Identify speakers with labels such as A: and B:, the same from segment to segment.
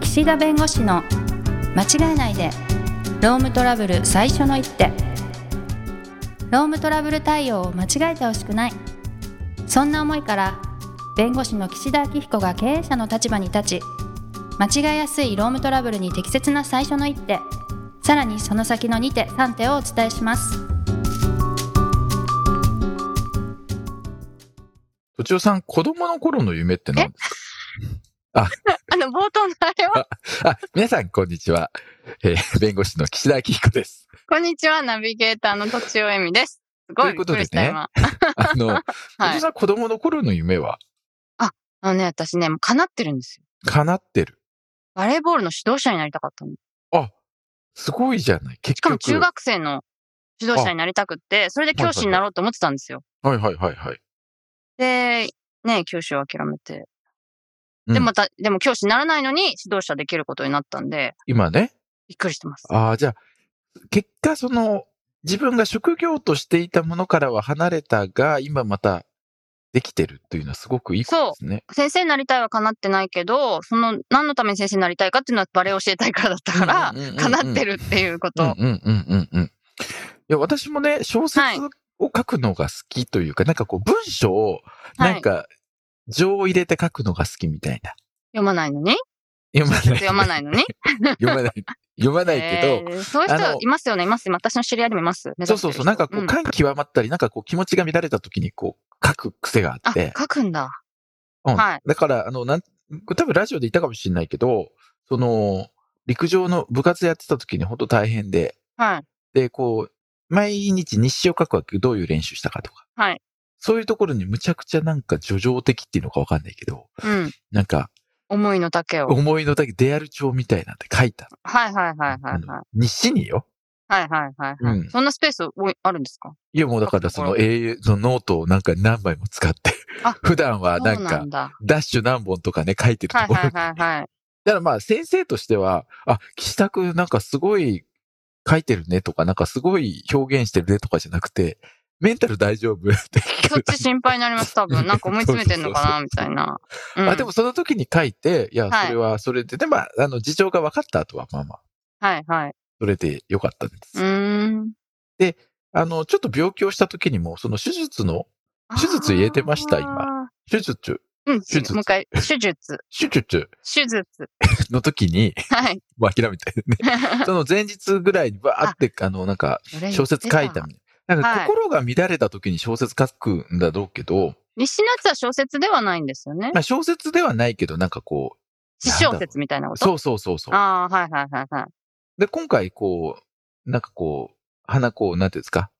A: 岸田弁護士の間違えないでロームトラブル最初の一手ロームトラブル対応を間違えてほしくないそんな思いから弁護士の岸田明彦が経営者の立場に立ち間違えやすいロームトラブルに適切な最初の一手さらにその先の2手3手をお伝えします
B: とちおさん、子供の頃の夢って何ですか
C: あの、冒頭のあれは、
B: あ、皆さん、こんにちは。えー弁護士の岸田明彦 です。
C: こんにちは、ナビゲーターのとちおえみです。すご
B: とい
C: い、
B: う
C: び
B: こ
C: っ
B: と
C: く
B: でね
C: りした、今。
B: あの、とち
C: は
B: お
C: い。
B: さん、子供の頃の夢は
C: あのね、私ね、もう叶ってるんですよ。
B: 叶ってる。
C: バレーボールの指導者になりたかったの。し
B: あ、すごいじゃない。結
C: か
B: 局。
C: も中学生の指導者になりたくって、それで教師になろうと思ってたんですよ。
B: はいはいはいはい。
C: で、ね、教師を諦めて。
B: うん
C: で、また、でも教師にならないのに指導者できることになったんで、
B: 今ね。
C: びっくりしてます。
B: ああ、じゃあ、結果、その、自分が職業としていたものからは離れたが、今また、できてるというのはすごくいいことですね。
C: 先生になりたいは叶ってないけど、その、何のために先生になりたいかっていうのはバレーを教えたいからだったから
B: うんうんうんうん、
C: 叶ってるっていう
B: う
C: こ
B: ん
C: と。
B: うんうんうんうん。いや、私もね、小説
C: はい
B: を書くのが好きというか、なんかこう、文章を、
C: は
B: ないん。か、情を入れて書くのが好きみたいな。
C: 読まないのに
B: 読まない。
C: 読まないのに
B: 読まない。読まないけど、
C: えーそういう
B: あ
C: 人
B: の
C: いますよね、います。私の知り合いでもいます。
B: そうそうそう、なんかこう、
C: 書
B: 感極まったり、なんかこう、気持ちが乱れた時にこう、書く癖があっ
C: あ、
B: て。
C: 書くんだ。
B: うん
C: はい
B: だから、あの、なん、多分ラジオで言ったかもしれないけど、その、陸上の部活やってた時に本当大変で、
C: はい。
B: で、こう、毎日日誌を書くわけ、どういう練習したかとか。
C: はい
B: そういうところにむちゃくちゃなんか叙情的っていうのかわかんないけど、
C: うん。
B: なんか、
C: 思いの丈を。
B: 思いのだけデアル帳みたいなんて書いた。
C: はいはいはいはい
B: あ
C: はい
B: の。日誌によ。
C: はいはいはいうは
B: ん
C: い。そんなスペースおいあるんですか
B: いや、もうだからその英雄のノートをなんか何枚も使って
C: あ、
B: 普段は
C: そ
B: な
C: うんな
B: か
C: んだ。
B: ダッシュ何本とかね、書いてると
C: はい
B: ころ。
C: はい
B: だか
C: はい はい。
B: らまあ先生としては、あ、岸田くんなんかすごい書いてるねとか、なんかすごい表現してるねとかじゃなくて、メンタル大丈夫って聞く
C: そっち心配になります、多分。なんか思い詰めてんのかな、みたいな。うん
B: あでも、その時に書いて、いや、
C: はい
B: それはそれで、で、まあ、あの、事情が分かった後は、まあまあ、
C: はいはい。
B: それでよかったんで
C: う
B: す。
C: ーん。
B: あの、ちょっと病気をした時にも、その手術の、手術入れてました今
C: あ
B: 手術、
C: ー。うん、
B: 手術
C: もう一回、手術。
B: 手術
C: 手術。
B: の時に、
C: はい。
B: もう諦めてね。 その前日ぐらいにバーって、あの、なんか、小説書いた
C: の。
B: みたいな。なんか
C: はい
B: 心が乱れた時に小説書くんだろうけど、
C: 西夏は小説ではないんですよね。
B: まあ小説ではないけど、なんかこ
C: 私小説みたいなこ
B: う、
C: と
B: そうそうそうそう。
C: ああ、はいはいはいはい。
B: で、今回こう、なんかこう、花こう、なんていうんですか。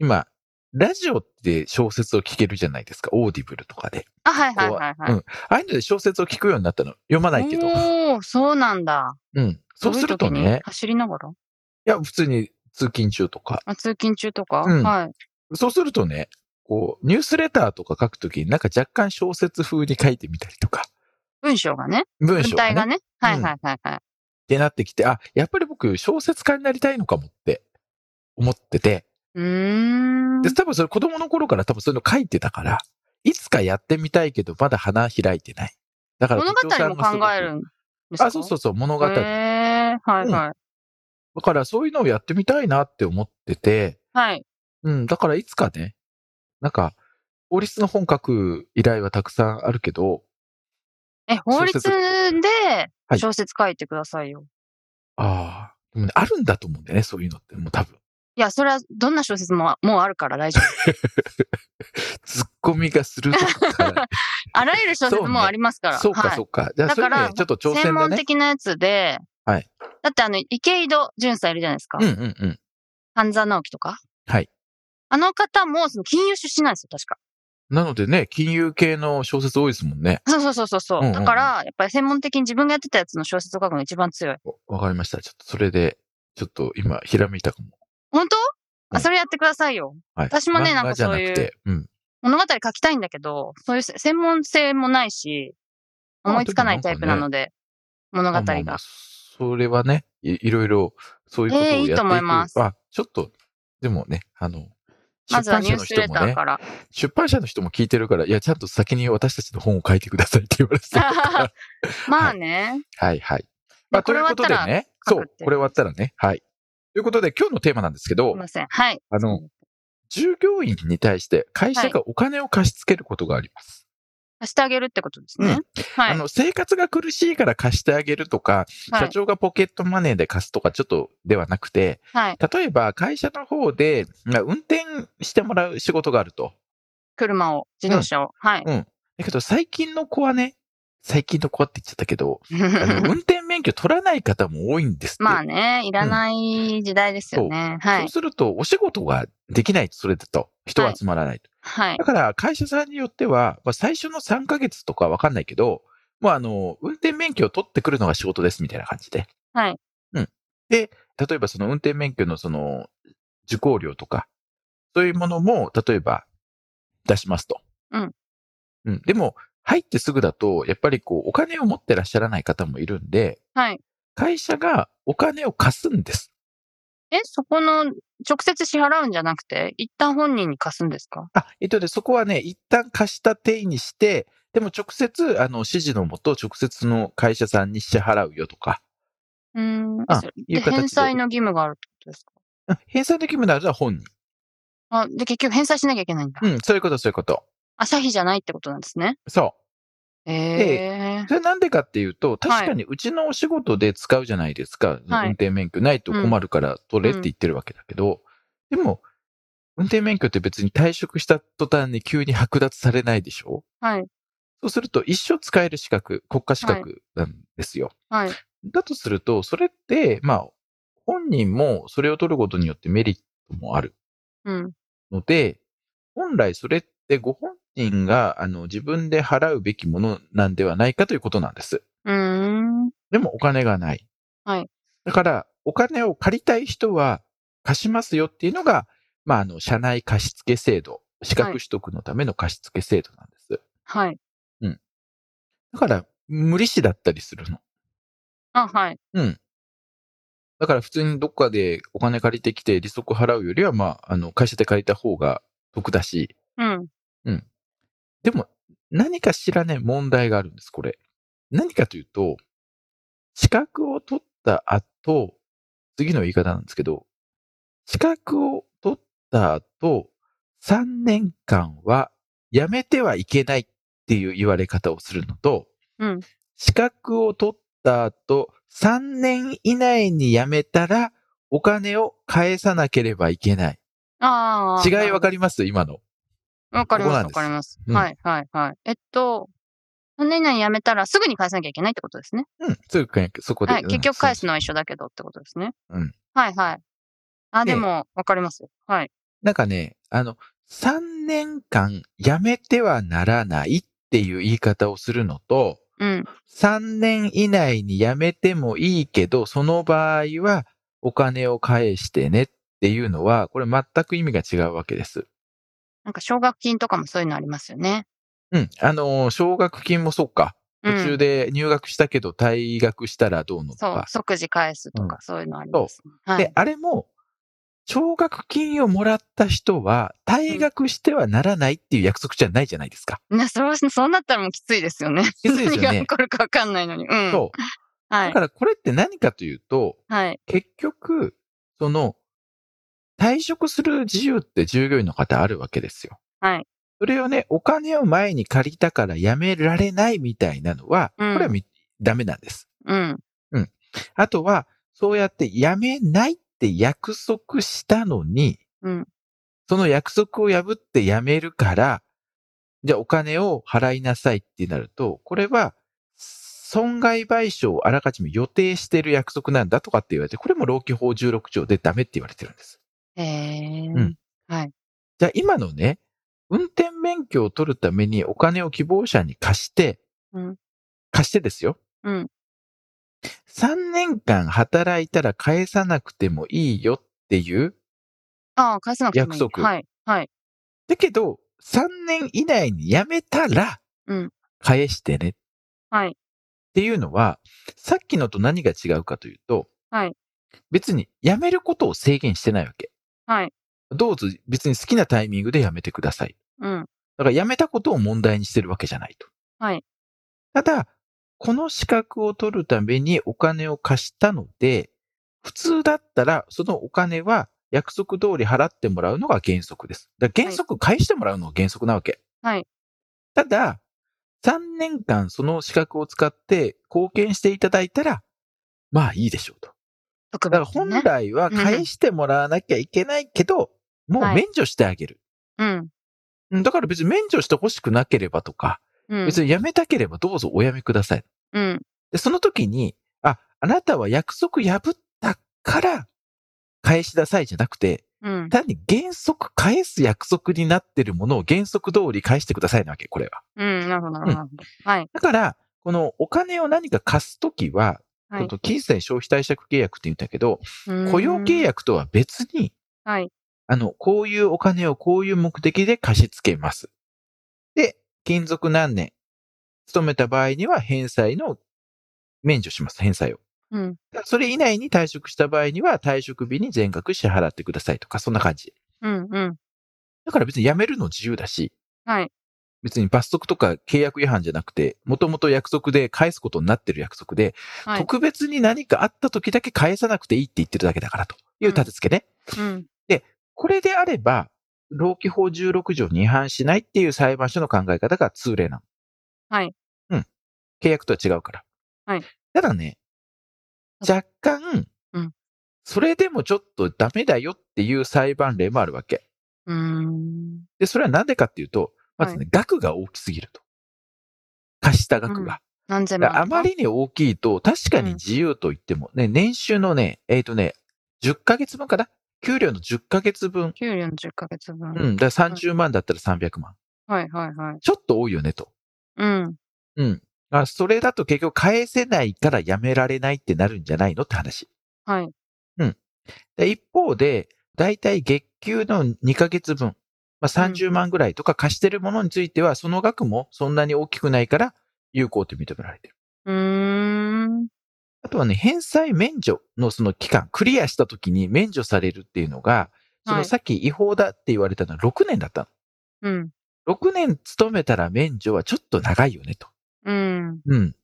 B: 今、ラジオって小説を聞けるじゃないですか。オーディブルとかで。
C: あ、はい
B: こ
C: はいうはいは
B: う
C: い。
B: ん。ああいうので小説を聞くようになったの。読まないけど。
C: おお、そうなんだ。
B: うん。そうすると
C: どい時に
B: ね、
C: 走りながら
B: いや、普通に通勤中とか。
C: あ通勤中とか、
B: うん
C: はい。
B: そうするとね、こう、ニュースレターとか書くときになんか若干小説風に書いてみたりとか、
C: 文章がね。
B: 文
C: 文
B: 章、ね
C: 体がね。
B: うん
C: はいはいはいはい。
B: ってなってきて、あ、やっぱり僕小説家になりたいのかもって思ってて、
C: うーん。
B: で、多分それ子供の頃から多分そういうの書いてたから、いつかやってみたいけどまだ花開いてない。だから
C: 物
B: 哲夫さん
C: 語も
B: がすごく
C: 考えるんですか
B: あ、そうそううそう、物語。
C: へ
B: だ
C: えはいはい。
B: からそういうのをやってみたいなって思ってて、
C: はい。
B: うん、だからいつかね、なんか、法律の本書く依頼はたくさんあるけど、
C: え、法律
B: 小説
C: で
B: はい
C: 小説書いてくださいよ。い、
B: ああ、でもね、あるんだと思うんだよね、そういうのって、もう多分。
C: や、それはどんな小説も、もうあるから大丈 夫。
B: ツッコミがするとかから。
C: あらゆる小説
B: そうね
C: もあります から。
B: そうか、
C: はい
B: そうか。じゃあ、
C: だ
B: そうい
C: か
B: うの
C: ら
B: ねちょっと挑
C: 専
B: 戦
C: 門
B: でね。
C: 的なやつで、
B: はい
C: だってあの、池井戸潤さんいるじゃないですか。
B: うんうんうん。
C: 半沢直樹とか。
B: はい。
C: あの方も、その金融出身なんですよ、確か。
B: なのでね、金融系の小説多いですもんね。
C: そうそうそうそうそう。
B: うんうんうん
C: だから、やっぱり専門的に自分がやってたやつの小説を書くのが一番強い。
B: おわかりました。ちょっとそれで、ちょっと今、ひらめいたかも。
C: 本当
B: う
C: あ、
B: ん
C: それやってくださいよ。
B: はい、
C: 私もね
B: 漫画
C: なんかそういう
B: じゃなくて、うん。
C: 物語書きたいんだけど、そういうせ専門性もないし、
B: あ
C: 思いつかない
B: で
C: タ
B: もなん
C: イ
B: かね
C: プなので、物語
B: まあまあまあ
C: が。
B: それはねい、いろいろ、そういうことをやっていく、
C: ええいいと思います
B: あ、ちょっと、でもね、あの、
C: ま
B: 出
C: ずは
B: 版
C: ニュ
B: 社
C: ー
B: の
C: ス
B: 人
C: レ
B: も
C: ター
B: ね、
C: から。
B: 出版社の人も聞いてるから、いや、ちゃん と先に私たちの本を書いてくださいって言われてたから
C: まあね。
B: はいはい。まあ、
C: こと
B: い
C: れ
B: う
C: 終わ
B: こ
C: っ
B: と
C: た
B: で
C: ら
B: ね、
C: 書
B: そ
C: くっ
B: う
C: ていう、
B: これ終わったらね、はい。ということで、今日のテーマなんですけ
C: す
B: ど
C: い、ません。はい。
B: あの、従業員に対して会社がお金を貸し付けることがあります。
C: 貸してあげるってことです
B: う
C: ね。
B: ん
C: はい。
B: あの、生活が苦しいから貸してあげるとか、
C: は
B: 社
C: い。
B: 長がポケットマネーで貸すとかちょっとではなくて、
C: はい。
B: 例えば会社の方で、まあ運転してもらう仕事があると。
C: 車を、自動車を。 はい。
B: だけど最近の子はね、最近の子はって言っちゃったけ ど、あの運転免許取らない方も多いんですって。
C: まあね、いらない時代ですよね。は
B: そう
C: い。
B: すると、お仕事ができないと、それだと。人が集まらないと。
C: はい
B: だ。から、会社さんによっては、まあ、最初の3ヶ月とかわかんないけど、まあ、あの、運転免許を取ってくるのが仕事です、みたいな感じで。
C: はい。
B: うん。で、例えばその運転免許のその、受講料とか、そういうものも、例えば、出しますと。
C: うん。
B: うん。でも、入ってすぐだと、やっぱりこう、お金を持ってらっしゃらない方もいるんで、
C: はい。
B: 会社がお金を貸すんです。
C: え、そこの、直接支払うんじゃなくて、一旦本人に貸すんですか
B: あ、えっとね、そこはね、一旦貸した定にして、でも直接、あの、指示のもと、直接の会社さんに支払うよとか、
C: うーん。
B: あ
C: それ
B: いう
C: で、
B: 形で
C: 返済の義務があるってことですか
B: うん返済の義務のあるのは本人。
C: あ、で、結局返済しなきゃいけないんだ。
B: うん、そういうこと、そういうこと。
C: 朝日じゃないってことなんですね。
B: そ
C: ええ
B: う。それなんでかっていうと、確かにうちのお仕事で使うじゃないですか。
C: はい
B: 運転免許ないと困るから取れって言ってるわけだけど、でも、運転免許って別に退職した途端に急に剥奪されないでしょ
C: はい。
B: そうすると一生使える資格、国家資格なんですよ。
C: はい。
B: だとすると、それって、まあ、本人もそれを取ることによってメリットもある
C: うん。
B: ので、本来それってご本人があの自分で払うべきものなんではないかということなんです。
C: うーん。
B: でもお金がない。
C: はい。
B: だから、お金を借りたい人は貸しますよっていうのが、まあ、あの、社内貸付制度、資格取得のための貸付制度なんです。
C: はい。
B: だから、無利子だったりするの。
C: あ、はい。
B: うん。だから普通にどっかでお金借りてきて利息払うよりは、まあ、あの、会社で借りた方が得だし、
C: うん。
B: でも何かしらね、問題があるんです、これ。何かというと、資格を取った後、次の言い方なんですけど、資格を取った後、3年間はやめてはいけないっていう言われ方をするのと、
C: うん
B: 資格を取った後、3年以内にやめたら、お金を返さなければいけない。
C: ああ。
B: 違いわかります今の。
C: わかります、
B: こ
C: わ
B: こ
C: か
B: な
C: り
B: ん
C: ます。
B: うん
C: はい、はい、はい。えっと、3年以内に辞めたらすぐに返さなきゃいけないってことですね。
B: うん。そういう感じそこで。
C: はい。
B: うん
C: 結局返すのは一緒だけどってことですね。
B: うん。
C: はい、はい。あ、
B: で
C: でも、わかりますよ。はい。
B: なんかね、あの、3年間やめてはならないっていう言い方をするのと、
C: うん。
B: 3年以内にやめてもいいけど、その場合はお金を返してねっていうのは、これ全く意味が違うわけです。
C: なんか、奨学金とかもそういうのありますよね。
B: うん。あのー、奨学金もそうか。
C: う
B: 途
C: ん
B: 中で入学したけど退学したらどうのと
C: そう
B: か。。
C: 即時返すと
B: う
C: か、そういうのありますね。は
B: で
C: い。、
B: あれも、奨学金をもらった人は退学してはならないっていう約束じゃないじゃないですか。
C: な、それは、そうなったらもうきつい ですよね。
B: きついですよね
C: 何が起こるかわかんないのに。うん。
B: そう。
C: は
B: だ
C: い
B: か。らこれって何かというと、
C: はい。
B: 結局、その、退職する自由って従業員の方あるわけですよ。
C: はい。
B: それをね、お金を前に借りたからやめられないみたいなのは、こ
C: うん
B: れはみ、ダメなんです。
C: うん。
B: あとは、そうやってやめないって約束したのに、
C: うん
B: その約束を破ってやめるから、じゃあお金を払いなさいってなると、これは、損害賠償をあらかじめ予定してる約束なんだとかって言われて、これも労基法16条でダメって言われてるんです。
C: え
B: ん
C: ー。はい。
B: じゃあ今のね、運転免許を取るためにお金を希望者に貸して、
C: うん
B: 貸してですよ。
C: うん。
B: 3年間働いたら返さなくてもいいよっていう。
C: ああ、返さなくてもいい。
B: 約束
C: はい。はい。
B: だけど、3年以内に辞めたら
C: うん、
B: 返してねっ
C: はい。
B: ていうのは、さっきのと何が違うかというと、
C: はい
B: 別に辞めることを制限してないわけ。
C: はい。
B: どうぞ別に好きなタイミングで辞めてください。
C: うん。
B: だから辞めたことを問題にしてるわけじゃないと。
C: はい。
B: ただ、この資格を取るためにお金を貸したので、普通だったら、そのお金は約束通り払ってもらうのが原則です。だから原則返してもらうのが原則なわけ。
C: はい。
B: ただ、3年間その資格を使って貢献していただいたら、まあいいでしょうと。
C: 特
B: だか
C: 別
B: ら
C: です
B: 本
C: ね。
B: 来は返してもらわなきゃいけないけど、もう
C: はい
B: 免除してあげる。
C: うん。
B: うんだから別に免除してほしくなければとか、
C: うん。
B: 別にやめたければどうぞおやめください。
C: うん。
B: で、その時に、あ、あなたは約束破ったから返しなさいじゃなくて、
C: うん。
B: 単に原則返す約束になってるものを原則通り返してくださいなわけ、これは。
C: うん。なるほど、なるほどなるほど。はい。
B: だから、このお金を何か貸すときは、
C: はい
B: この金銭消費貸借契約って言うんだけど、雇用契
C: 約。
B: 約とは別に、
C: はい。
B: あの、こういうお金をこういう目的で貸し付けます。で、勤続何年、勤めた場合には返済の免除します、返済を。
C: うん。
B: それ以内に退職した場合には退職日に全額支払ってくださいとか、そんな感じ。
C: うん。うん。
B: だから別に辞めるの自由だし、
C: はい。
B: 別に罰則とか契約違反じゃなくて、もともと約束で返すことになってる約束で、
C: はい。
B: 特別に何かあった時だけ返さなくていいって言ってるだけだからという立て付けね。
C: うん。
B: これであれば、労基法16条に違反しないっていう裁判所の考え方が通例なの。
C: はい。
B: うん。契約とは違うから。
C: はい。
B: ただね、若干、
C: うん
B: それでもちょっとダメだよっていう裁判例もあるわけ。
C: うーん。
B: で、それはなんでかっていうと、まずね、額が大きすぎると。貸した額が。
C: 何千
B: だか
C: 万。
B: らあま。りに大きいと、確かに自由と言っても、ね、年収のね、えっ、とね、10ヶ月分かな給料の10ヶ月分。
C: 給料の10ヶ月分。
B: うん、だから30万だったら300万。
C: はいはいはい。
B: ちょっと多いよねと。
C: うん。
B: うん。あそれだと結局返せないからやめられないってなるんじゃないのって話。
C: はい。
B: で一方で、だいたい月給の2ヶ月分、まあ、30万ぐらいとか貸してるものについては、その額もそんなに大きくないから、有効って認められてる。
C: うーん。
B: あとはね、返済免除のその期間、クリアした時に免除されるっていうのが、そ
C: は
B: の
C: い
B: さっき違法だって言われたのは6年だった
C: うん。
B: の。6年勤めたら免除はちょっと長いよねと。
C: うん。
B: うん。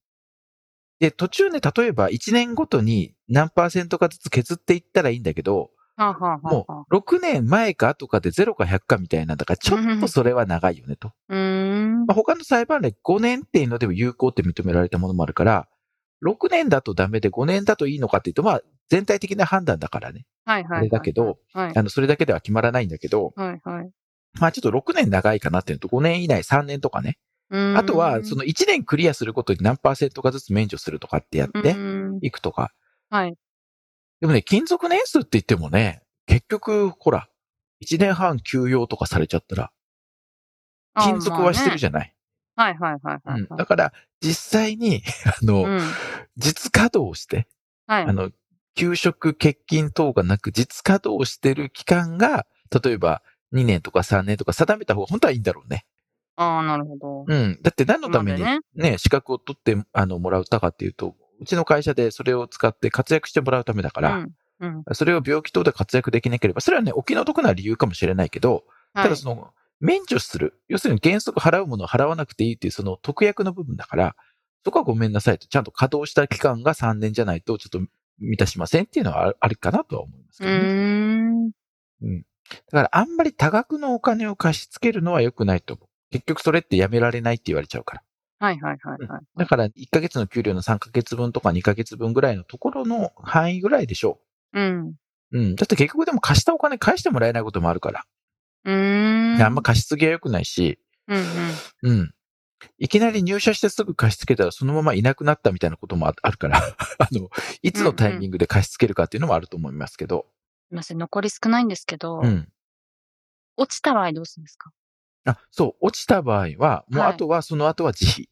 B: で、途中ね、例えば1年ごとに何パーセントかずつ削っていったらいいんだけど、
C: はあ、はあは
B: も
C: あはあ、
B: う6年前か後かで0か100かみたいなんだから、ちょっとそれは長いよねと。
C: うーん
B: まあ、。他の裁判例5年っていうのでも有効って認められたものもあるから、6年だとダメで5年だといいのかっていうと、まあ全体的な判断だからね。
C: はいはい。
B: あれだけど、
C: はい。
B: あの、それだけでは決まらないんだけど、
C: はいはい。
B: まあちょっと6年長いかなっていうのと5年以内3年とかね。あ
C: あ
B: とは、そ、の1年クリアすることに何パーセントかずつ免除するとかってやっ
C: う
B: て、
C: ーん
B: いくとか、
C: はい。
B: でもね、勤続年数って言ってもね、結局、ほら、1年半休養とかされちゃったら、
C: あ
B: 勤続はしてる
C: ゃ
B: じゃない。
C: ん。はいはいはいはい
B: うん
C: は
B: だ
C: い。
B: から、実際に、 あの、
C: うん。
B: 実稼働して、
C: はい
B: あ。の、給食、欠勤等がなく、実稼働してる期間が、例えば、2年とか3年とか定めた方が本当はいいんだろうね。
C: ああ、なるほど。
B: うん。だって何のため
C: こ
B: に
C: こ
B: ね
C: までね
B: 資格を取って、あの、もらったかっていうと、うちの会社でそれを使って活躍してもらうためだか
C: う
B: ら、
C: ん。うん。
B: それを病気等で活躍できなければ、それはね、お気の毒な理由かもしれないけど、
C: はい
B: ただその、免除する、要するに原則払うものを払わなくていいっていう、その特約の部分だから、そこはごめんなさいと、ちゃんと稼働した期間が3年じゃないと、ちょっと満たしませんっていうのはああるかなとは思います
C: う
B: けどね。
C: ーん。
B: だから、あんまり多額のお金を貸し付けるのは良くないと思う。結局それってやめられないって言われちゃうから。
C: はいはいはいはい。
B: だから、1ヶ月の給料の3ヶ月分とか2ヶ月分ぐらいのところの範囲ぐらいでしょ
C: うん。う
B: う。うん。だって結局でも貸したお金返してもらえないこともあるから。
C: ーん。
B: あんま貸し付けは良くないし、
C: うんうん。
B: うん。いきなり入社してすぐ貸し付けたらそのままいなくなったみたいなこともああるから、 あの、いつのタイミングで貸し付けるかっていうのもあると思いますけど、
C: すみません、残り少ないんですけど
B: う、ん。
C: 落ちた場合どうするんですか
B: あ、そう、落ちた場合は、もう
C: はい
B: あとはその後は自費。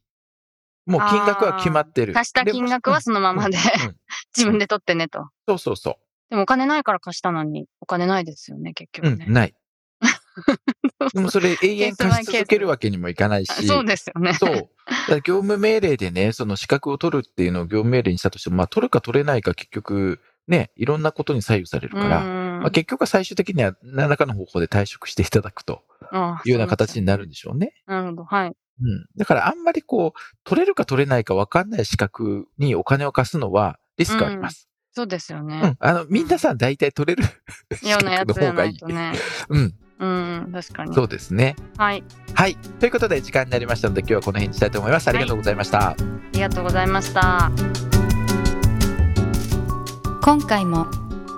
B: もう金額は決まってる。
C: 貸した金額は
B: で
C: そのままで、
B: うんうん
C: 自分で取ってねと。
B: もそうそうそ
C: でもお金ないから貸したのに、お金ないですよね、結
B: う。う
C: 局
B: ん、
C: ね。
B: ない。でもそれ永遠貸し続けるわけにもいかない
C: あ
B: し。
C: そうですよね。
B: そう。だから業務命令でね、その資格を取るっていうのを業務命令にしたとしても、まあ取るか取れないか結局、ね、いろんなことに左右されるから、まあ、結局は最終的には何らかの方法で退職していただくと
C: ああ
B: いうような形になるんでしょうね。
C: なるほど。はい。
B: うん。だからあんまりこう、取れるか取れないか分かんない資格にお金を貸すのはリスクあります。
C: そうですよ
B: うん。
C: ね。
B: あの、みんなさん大体取れる資
C: ようなや
B: 格の
C: つじゃ
B: 方が
C: ないい
B: い。
C: とね。
B: うん。
C: うん、確かに。
B: そうですね。
C: はい。
B: はい。ということで時間になりましたので今日はこの辺にしたいと思います。ありがとうございました。
C: ありがとうございました。
A: 今回も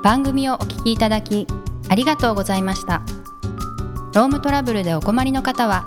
A: 番組をお聞きいただきありがとうございましたロームトラブルでお困りの方は